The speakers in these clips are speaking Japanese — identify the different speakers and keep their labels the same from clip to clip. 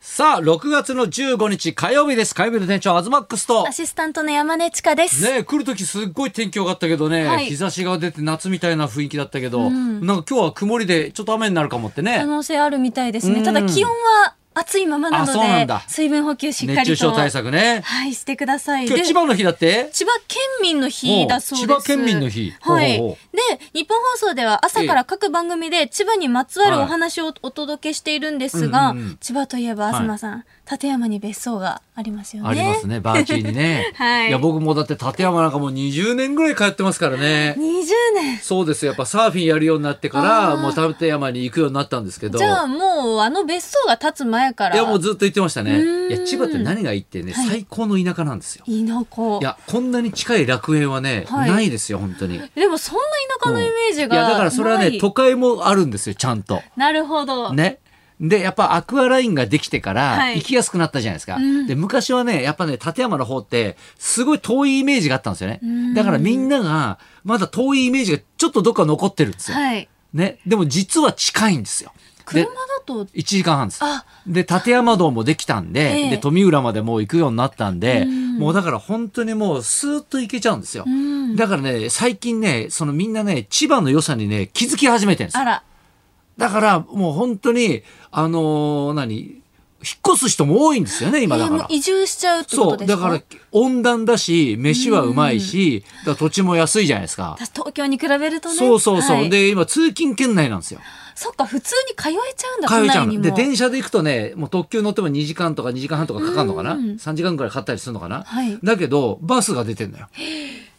Speaker 1: さあ、6月の15日火曜日です。火曜日の店長、アズマックスと
Speaker 2: ア。シスタントの山根千佳です。
Speaker 1: ねえ来る時すっごい天気良かったけどね、
Speaker 2: はい
Speaker 1: 日差しが出て夏みたいな雰囲気だったけど、なんか今日は曇りでちょっと雨になるかもって
Speaker 2: 可
Speaker 1: ね。
Speaker 2: 能性あるみたいです
Speaker 1: う
Speaker 2: ね。
Speaker 1: ん
Speaker 2: ただ気温は暑いままな
Speaker 1: あ
Speaker 2: の
Speaker 1: そうなん
Speaker 2: で
Speaker 1: だ、
Speaker 2: 水分補給しっか
Speaker 1: 熱
Speaker 2: りと。
Speaker 1: 中症対策ね。
Speaker 2: はい、してください。
Speaker 1: 今日
Speaker 2: で
Speaker 1: 千葉の日だって
Speaker 2: 千葉県民の日だそうです。
Speaker 1: おう千葉県民の日
Speaker 2: はい。
Speaker 1: ほうほ
Speaker 2: で、日本放送では朝から各番組で千葉にまつわるお話をお届けしているんですが、
Speaker 1: はいうんうんうん
Speaker 2: 千葉といえば東さん、立山に別荘がありますよね。
Speaker 1: ありますね、バーチーにね。
Speaker 2: はい
Speaker 1: や、僕もだって立山なんかもう20年ぐらい通ってますからね。
Speaker 2: 20年。
Speaker 1: そうですよやっぱサーフィンやるようになってか
Speaker 2: あ
Speaker 1: ら、
Speaker 2: ー
Speaker 1: もう立山に行くようになったんですけど。
Speaker 2: じゃあもうあの別荘が建つ前から。
Speaker 1: いや、もうずっと言ってました
Speaker 2: う
Speaker 1: ね。
Speaker 2: ん
Speaker 1: いや、千葉って何がいいってね、
Speaker 2: はい
Speaker 1: 最高の田舎なんですよ。
Speaker 2: いいな、こ
Speaker 1: いや、こんなに近い楽園はね、
Speaker 2: はい
Speaker 1: ないですよ、本当に。
Speaker 2: う。でもそんな田舎のイメージ
Speaker 1: い
Speaker 2: がない。
Speaker 1: や、だからそれはね、都会もあるんですよ、ちゃんと。
Speaker 2: なるほど。
Speaker 1: ね。で、やっぱアクアラインができてから、
Speaker 2: はい
Speaker 1: 行きやすくなったじゃないですか。
Speaker 2: うん
Speaker 1: で、昔はね、やっぱね、立山の方って、すごい遠いイメージがあったんですよね
Speaker 2: ん。
Speaker 1: だからみんなが、まだ遠いイメージがちょっとどっか残ってるんですよ。
Speaker 2: はい。
Speaker 1: ね。でも実は近いんですよ。で
Speaker 2: 車、だと、
Speaker 1: 1時間半です。
Speaker 2: あ、
Speaker 1: で立山道もできたんで,、
Speaker 2: ええ
Speaker 1: で富浦までもう行くようになったんで、
Speaker 2: うん
Speaker 1: もうだから本当にもうスーッと行けちゃうんですよ、
Speaker 2: うん。
Speaker 1: だからね最近ねそのみんなね千葉の良さにね気づき始めてるんです
Speaker 2: あ
Speaker 1: よ
Speaker 2: ら、
Speaker 1: だからもう本当にあのー何引っ越す人も多いんですよね今だか
Speaker 2: えーも
Speaker 1: ら
Speaker 2: う。移住しちゃうってこ
Speaker 1: そ
Speaker 2: と
Speaker 1: う
Speaker 2: です
Speaker 1: だ
Speaker 2: か
Speaker 1: から温暖だし飯はうまいし、だから土地も安いじゃないですか。
Speaker 2: 私東京に比べるとね。
Speaker 1: そうそうそう、
Speaker 2: はい、
Speaker 1: で今通勤圏内なんですよ。
Speaker 2: そっか、普通に通えちゃうんだ、
Speaker 1: 通えちゃう
Speaker 2: 都内に
Speaker 1: の
Speaker 2: も
Speaker 1: で電車で行くとねもう特急乗っても2時間とか2時間半とかかかるのかな、
Speaker 2: うん
Speaker 1: 3時間くらいかかったりするのかな、
Speaker 2: はい
Speaker 1: だけどバスが出てんのよ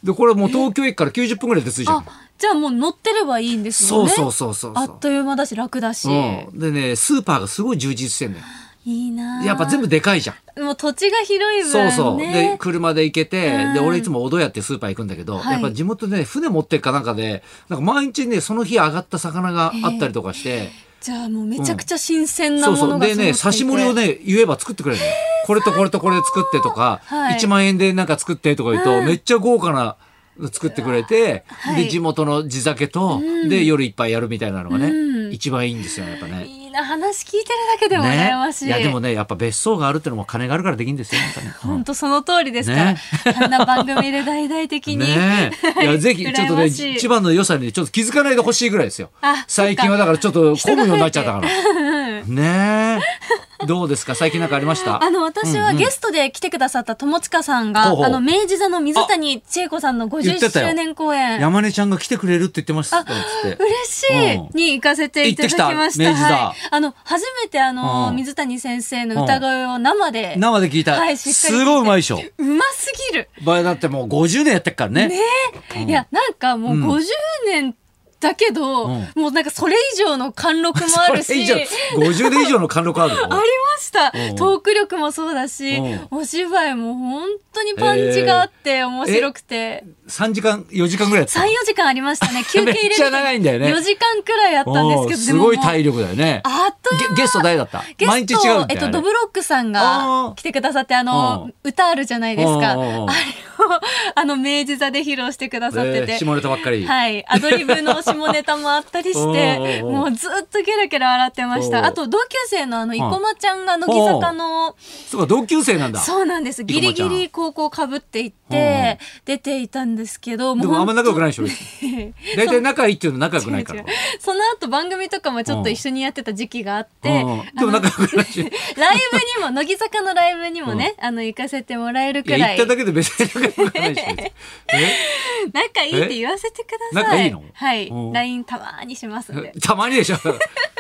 Speaker 1: でこれもう東京駅から90分ぐらいで着いちゃうの
Speaker 2: あ、じゃあもう乗ってればいいんです
Speaker 1: そ
Speaker 2: よ
Speaker 1: う
Speaker 2: ね。
Speaker 1: そうそうそう
Speaker 2: あ
Speaker 1: そ
Speaker 2: っという間だし、楽だし。
Speaker 1: う、うん、でねスーパーがすごい充実してんのよ
Speaker 2: いいなあ
Speaker 1: やっぱ全部でかいじゃん
Speaker 2: もう土地が広い分、
Speaker 1: そう
Speaker 2: ね。
Speaker 1: そう、で車で行けて、
Speaker 2: うん
Speaker 1: で俺いつもおどやってスーパー行くんだけど、
Speaker 2: はい
Speaker 1: やっぱ地元でね船持ってるかなんかでなんか毎日ねその日上がった魚があったりとかして、
Speaker 2: じゃあもうめちゃくちゃ新鮮な
Speaker 1: そう
Speaker 2: も
Speaker 1: そ
Speaker 2: の
Speaker 1: う
Speaker 2: が
Speaker 1: でね
Speaker 2: 揃
Speaker 1: 刺し
Speaker 2: っていて
Speaker 1: 盛りを。ね言えば作ってくれるのよこれとこれとこれ作ってとか、
Speaker 2: はい
Speaker 1: 1万円でなんか作ってとか言うと、
Speaker 2: うん
Speaker 1: めっちゃ豪華なの作ってくれて、
Speaker 2: はい
Speaker 1: で地元の地酒と、で夜いっぱいやるみたいなのがね、
Speaker 2: うん
Speaker 1: 一番いいんですよやっぱね。
Speaker 2: いいな、話聞いてるだけでも
Speaker 1: ね
Speaker 2: 羨ましい。
Speaker 1: いやでもねやっぱ別荘があるってのも金があるからできるんですよ。本当にうん
Speaker 2: 本当その通りですから、
Speaker 1: ね
Speaker 2: あんな番組で大々的に、
Speaker 1: ねえ。いや、ぜひ、ちょっとね、
Speaker 2: 羨ましい
Speaker 1: 一番の良さにちょっと気づかないでほしいぐらいですよ
Speaker 2: あ。
Speaker 1: 最近はだからちょっと混むようになっちゃったから。ねえ。どうですか最近なんかありました
Speaker 2: あの私は
Speaker 1: うんうん
Speaker 2: ゲストで来てくださった友近さんが、
Speaker 1: ほうほう
Speaker 2: あの明治座の水谷千恵子さんの
Speaker 1: 言ってたよ
Speaker 2: 50周年公演
Speaker 1: 山根ちゃんが来てくれるって言ってましたっつって。
Speaker 2: 嬉しい、
Speaker 1: うん
Speaker 2: に行かせていただきました
Speaker 1: 行ってきた明治座
Speaker 2: はい、あの初めてあの、
Speaker 1: うん
Speaker 2: 水谷先生の歌声を生で、
Speaker 1: 生で聞いた。
Speaker 2: はいしっかり聞い
Speaker 1: す
Speaker 2: て
Speaker 1: ごいうまいでしょ。
Speaker 2: うますぎる、
Speaker 1: 場合だってもう50年やってっからね。
Speaker 2: いやなんかもううん50年だけ
Speaker 1: う
Speaker 2: ど、
Speaker 1: ん
Speaker 2: もうなんかそれ以上の貫禄もある
Speaker 1: それ以
Speaker 2: し
Speaker 1: 上、50年以上の貫禄あるよ。
Speaker 2: ありました
Speaker 1: うん
Speaker 2: トーク力もそうだし
Speaker 1: うん
Speaker 2: お芝居も本当にパンチがあって面白くて、
Speaker 1: 3時間、4時間ぐらいやってた
Speaker 2: 3、4時間ありまし たね。休憩入れて
Speaker 1: めっちゃ長いんだよね
Speaker 2: 4時間くらいあったんですけ
Speaker 1: う
Speaker 2: ど、
Speaker 1: んすごい
Speaker 2: でももう
Speaker 1: 体力だよね。
Speaker 2: あっという間
Speaker 1: ゲゲスト誰だった
Speaker 2: ゲ
Speaker 1: 毎日
Speaker 2: ス
Speaker 1: 違
Speaker 2: ト
Speaker 1: う
Speaker 2: を
Speaker 1: ん、だよ
Speaker 2: えっ
Speaker 1: あ
Speaker 2: と、
Speaker 1: れ
Speaker 2: どぶろっくさん
Speaker 1: あー
Speaker 2: が来てくださって、あ
Speaker 1: う
Speaker 2: の
Speaker 1: ん、
Speaker 2: 歌あるじゃないですか。あ
Speaker 1: うんうんうん
Speaker 2: れを、あの、明治座で披露してくださって
Speaker 1: えー
Speaker 2: て。
Speaker 1: 下ネタばっかり。
Speaker 2: はい。アドリブの下ネタもあったりし て、
Speaker 1: うんうんうん
Speaker 2: もうずっとゲラゲラ笑ってまし
Speaker 1: うん
Speaker 2: た。あと、同級生のあの、生駒ちゃんが乃木坂の、
Speaker 1: そうか、同級生なんだ。
Speaker 2: そうなんです。ギリギリ高校かぶっていって、出ていたんですけど、
Speaker 1: で
Speaker 2: う。
Speaker 1: もあんま仲良くないいでしょ。大体仲いいっていうの仲良くないから。
Speaker 2: 違う違う その後番組とかもちょっと一緒にやってた時期があって、
Speaker 1: うんうんでも仲良くないし。
Speaker 2: ライブにも、乃木坂のライブにもね、あの、行かせてもらえる
Speaker 1: い
Speaker 2: く
Speaker 1: や、
Speaker 2: ら
Speaker 1: 行
Speaker 2: い、
Speaker 1: っただ
Speaker 2: 仲
Speaker 1: けで別に仲良くないし。え
Speaker 2: いいって言わせてください。
Speaker 1: 仲いいの
Speaker 2: はい
Speaker 1: うん。
Speaker 2: LINE たまーにしますんで。
Speaker 1: たまにでしょ。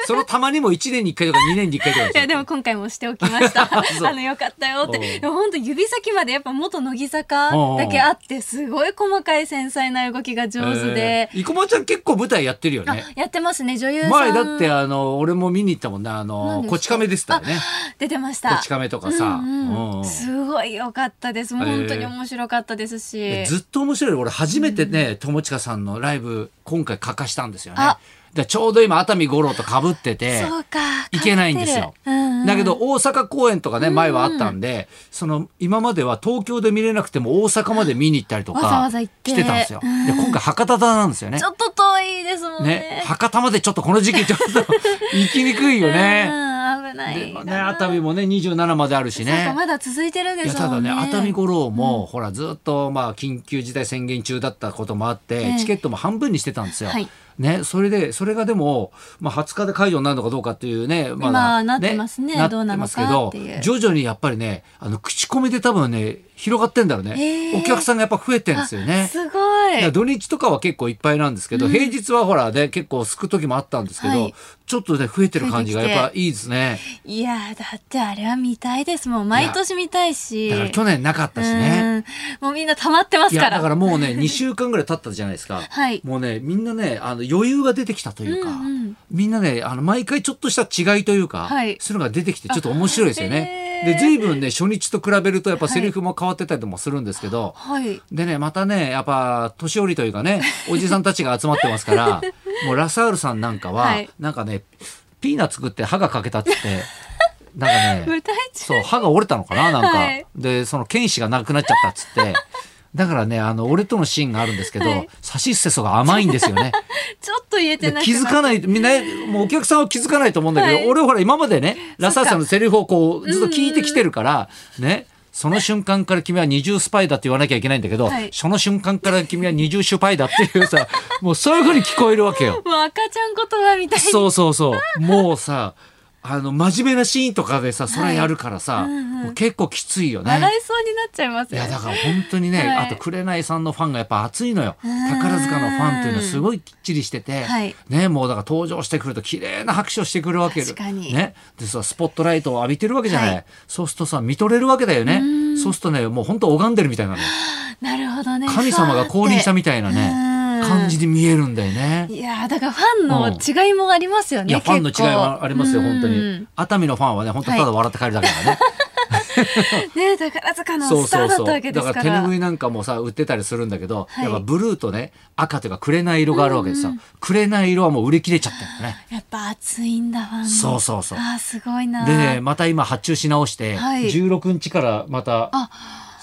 Speaker 1: そのたまにも1年に1回とか2年に1回とか
Speaker 2: い
Speaker 1: しょ
Speaker 2: や、でも今回もしておきました。
Speaker 1: そう
Speaker 2: あの、よかったよっ
Speaker 1: うん
Speaker 2: て。でも本当指先までやっぱ元乃木坂だけあって、すごい細かい繊細な動きが上手
Speaker 1: え。
Speaker 2: で
Speaker 1: ー生駒ちゃん結構舞台やってるよ
Speaker 2: あ
Speaker 1: ね。、
Speaker 2: やってますね、女優さん。
Speaker 1: 前だってあの、俺も見に行ったもんな、あの
Speaker 2: 何、ですか
Speaker 1: こち亀でしたよね。
Speaker 2: 出てました。
Speaker 1: こち亀とかさ。
Speaker 2: うんうん
Speaker 1: うんうん
Speaker 2: すごい良かったです。もう本当に面白かったですし。
Speaker 1: えずっと面白い俺初めてね、友近さんのライブ今回欠かしたんですよね
Speaker 2: あ
Speaker 1: でちょうど今熱海五郎とかぶってて
Speaker 2: そうか。
Speaker 1: 行けないんですよ
Speaker 2: 被ってるうんうん
Speaker 1: だけど大阪公演とかね前はあったんで、その今までは東京で見れなくても大阪まで見に行ったりとか
Speaker 2: わざわざ行って
Speaker 1: してたんですよ、
Speaker 2: うん
Speaker 1: で今回博多座なんですよね
Speaker 2: ちょっと遠いですもんね。
Speaker 1: ね博多までちょっとこの時期ちょっと 行きにくいよ
Speaker 2: う
Speaker 1: ね、
Speaker 2: んべない
Speaker 1: で
Speaker 2: か
Speaker 1: ね、
Speaker 2: な。
Speaker 1: 熱海もね27まであるし
Speaker 2: そうか
Speaker 1: ね。
Speaker 2: まだ続いてるん
Speaker 1: い
Speaker 2: で
Speaker 1: や
Speaker 2: す
Speaker 1: た
Speaker 2: も
Speaker 1: だ
Speaker 2: ん
Speaker 1: ね
Speaker 2: ね。
Speaker 1: 熱海五郎も、ほらずっとまあ緊急事態宣言中だったこともあって、
Speaker 2: ええ
Speaker 1: チケットも半分にしてたんですよ。
Speaker 2: はい
Speaker 1: ね、それでそれがでも、まあ、20日で解除になるのかどうかっていうねまだ
Speaker 2: まあなってますねどうなのかっていう
Speaker 1: 徐々にやっぱりねあの口コミで多分ね広がってんだろうね、
Speaker 2: ええ
Speaker 1: お客さんがやっぱ増えてんですよね。
Speaker 2: すご
Speaker 1: だから
Speaker 2: い。
Speaker 1: 土日とかは結構いっぱいなんですけど、平日はほらね結構すく時もあったんですけど、
Speaker 2: はい
Speaker 1: ちょっとね増えてる感じがやっぱいいですね。
Speaker 2: いやーだってあれは見たいですもん。毎年見たいし。
Speaker 1: だから去年なかったしね。
Speaker 2: うん。もうみんな溜まってま
Speaker 1: い
Speaker 2: すか
Speaker 1: や
Speaker 2: ら。
Speaker 1: だからもうね2週間ぐらい経ったじゃないですか、
Speaker 2: はい
Speaker 1: もうねみんなねあの余裕が出てきたというか、
Speaker 2: うんうん
Speaker 1: みんなねあの毎回ちょっとした違いというか、
Speaker 2: はい
Speaker 1: そういうのが出てきてちょっと面白いですよね。
Speaker 2: あへー
Speaker 1: で随分ね初日と比べるとやっぱセリフも変わってたりもするんですけど、
Speaker 2: はい。
Speaker 1: でねまたねやっぱ年寄りというか ねおじさんたちが集まってますからもうラサールさんなんかは、
Speaker 2: はい
Speaker 1: なんかねピーナッツ食って歯が欠けたっつってなん かね
Speaker 2: 舞台中。
Speaker 1: そう、歯が折れたのかななんか。
Speaker 2: はい
Speaker 1: で、その剣士がなくなっちゃったっつ って。だからね、あの、俺とのシーンがあるんですけど、
Speaker 2: はい
Speaker 1: サシステソが甘いんですよ ね。
Speaker 2: ちょっと言えて
Speaker 1: で
Speaker 2: なく
Speaker 1: 気づかない、みんな、もうお客さんは気づかないと思うんだけど、
Speaker 2: はい
Speaker 1: 俺ほら今までね、ラサールさんのセリフをこう、ずっと聞いてきてるから、ね、その瞬間から君は二重スパイだって言わなきゃいけないんだけど、
Speaker 2: はい
Speaker 1: その瞬間から君は二重シュパイだっていうさ、もうそういう風に聞こえるわけよ。
Speaker 2: もう赤ちゃん言葉みたいに。
Speaker 1: そうそう そう。もうさ、あの、真面目なシーンとかでさ、それやるからさ、
Speaker 2: はいうんうん
Speaker 1: もう結構きついよね。
Speaker 2: 笑いそうになっちゃいます
Speaker 1: い
Speaker 2: よ
Speaker 1: や、
Speaker 2: ね。
Speaker 1: だから本当にね、
Speaker 2: はい
Speaker 1: あと、紅さんのファンがやっぱ熱いのよ。
Speaker 2: ん
Speaker 1: 宝塚のファンっていうのはすごいきっちりしてて、
Speaker 2: はい
Speaker 1: ね、もうだから登場してくると綺麗な拍手をしてくるわけよ
Speaker 2: 確かに
Speaker 1: ね。でさ、スポットライトを浴びてるわけじゃない。
Speaker 2: はい
Speaker 1: そうするとさ、見とれるわけだよね。そうするとね、もう本当拝んでるみたいなね。
Speaker 2: なるほどね。
Speaker 1: 神様が降臨したみたいな
Speaker 2: う
Speaker 1: ね、
Speaker 2: ん
Speaker 1: 感じに見えるんだよね。
Speaker 2: いやーだからファンの違いもありますよね。
Speaker 1: いや、ファンの違いはありますよ、本
Speaker 2: 結構
Speaker 1: 当
Speaker 2: う
Speaker 1: に
Speaker 2: ん。
Speaker 1: 熱海のファンはね、本当ただ笑って帰るだけだ からね。
Speaker 2: ね宝塚の
Speaker 1: そう
Speaker 2: スタ
Speaker 1: そ
Speaker 2: ー
Speaker 1: うそ
Speaker 2: だった
Speaker 1: う。
Speaker 2: わけで
Speaker 1: だ
Speaker 2: す
Speaker 1: か
Speaker 2: からら。
Speaker 1: 手拭いなんかもさ、売ってたりするんだけど、
Speaker 2: はい
Speaker 1: やっぱブルーとね、赤というか紅色があるわけでさ、紅色はもう売り切れちゃったよね。
Speaker 2: やっぱ熱いんだファンも。
Speaker 1: そうそうそう
Speaker 2: あーすごいな。
Speaker 1: でね、また今発注し直して、
Speaker 2: はい
Speaker 1: 16日からまた、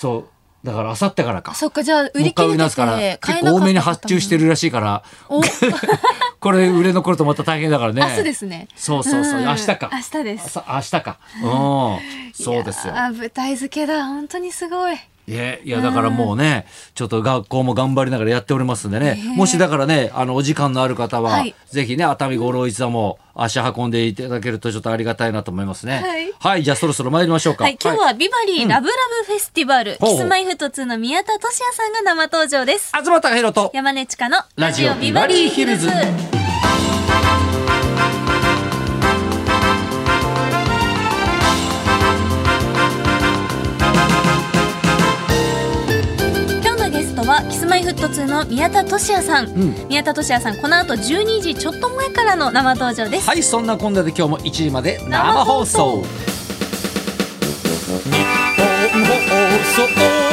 Speaker 1: そう、だから明後日からか。
Speaker 2: そっかじゃあ売
Speaker 1: もう一
Speaker 2: り
Speaker 1: 回
Speaker 2: 切
Speaker 1: 売り
Speaker 2: れ
Speaker 1: 直
Speaker 2: て
Speaker 1: すから、
Speaker 2: て
Speaker 1: 結
Speaker 2: 買えなかった
Speaker 1: 構多めに発注して
Speaker 2: る。
Speaker 1: るらしいから、
Speaker 2: お
Speaker 1: これ売れ残るとまた大変だからね。
Speaker 2: 明日ですね。
Speaker 1: そうそうそう、
Speaker 2: ん
Speaker 1: 明日か。
Speaker 2: 明日です。
Speaker 1: さ明日か。うん。そうですよ
Speaker 2: い。やー舞台付けだ本当にすごい。
Speaker 1: いや、いや、だからもうね、ちょっと学校も頑張りながらやっておりますんでね、もしだからね、あの、お時間のある方は、
Speaker 2: はい
Speaker 1: ぜひね、熱海五郎一座も足運んでいただけるとちょっとありがたいなと思いますね。
Speaker 2: はい
Speaker 1: じゃあそろそろ参りましょうか。
Speaker 2: はい、今日はビバリーラブラブフェスティバル、
Speaker 1: ほうほう
Speaker 2: キスマイフト2の宮田俊也さんが生登場です。
Speaker 1: はい、東隆弘と、
Speaker 2: 山根千佳の
Speaker 1: ラ
Speaker 2: ラ
Speaker 1: ジ
Speaker 2: ジ
Speaker 1: オ
Speaker 2: オ
Speaker 1: ビ
Speaker 2: ビ
Speaker 1: バ
Speaker 2: バ
Speaker 1: リ
Speaker 2: リ
Speaker 1: ー
Speaker 2: ー
Speaker 1: ヒ
Speaker 2: ヒ
Speaker 1: ル
Speaker 2: ル
Speaker 1: ズ
Speaker 2: ズ。今日のゲストはキスマイフット2の宮田俊也さん、
Speaker 1: ん
Speaker 2: 宮田俊也さんこの後12時ちょっと前からの生登場です
Speaker 1: はい、そんなこんなで今日も1時まで生放送。日本放送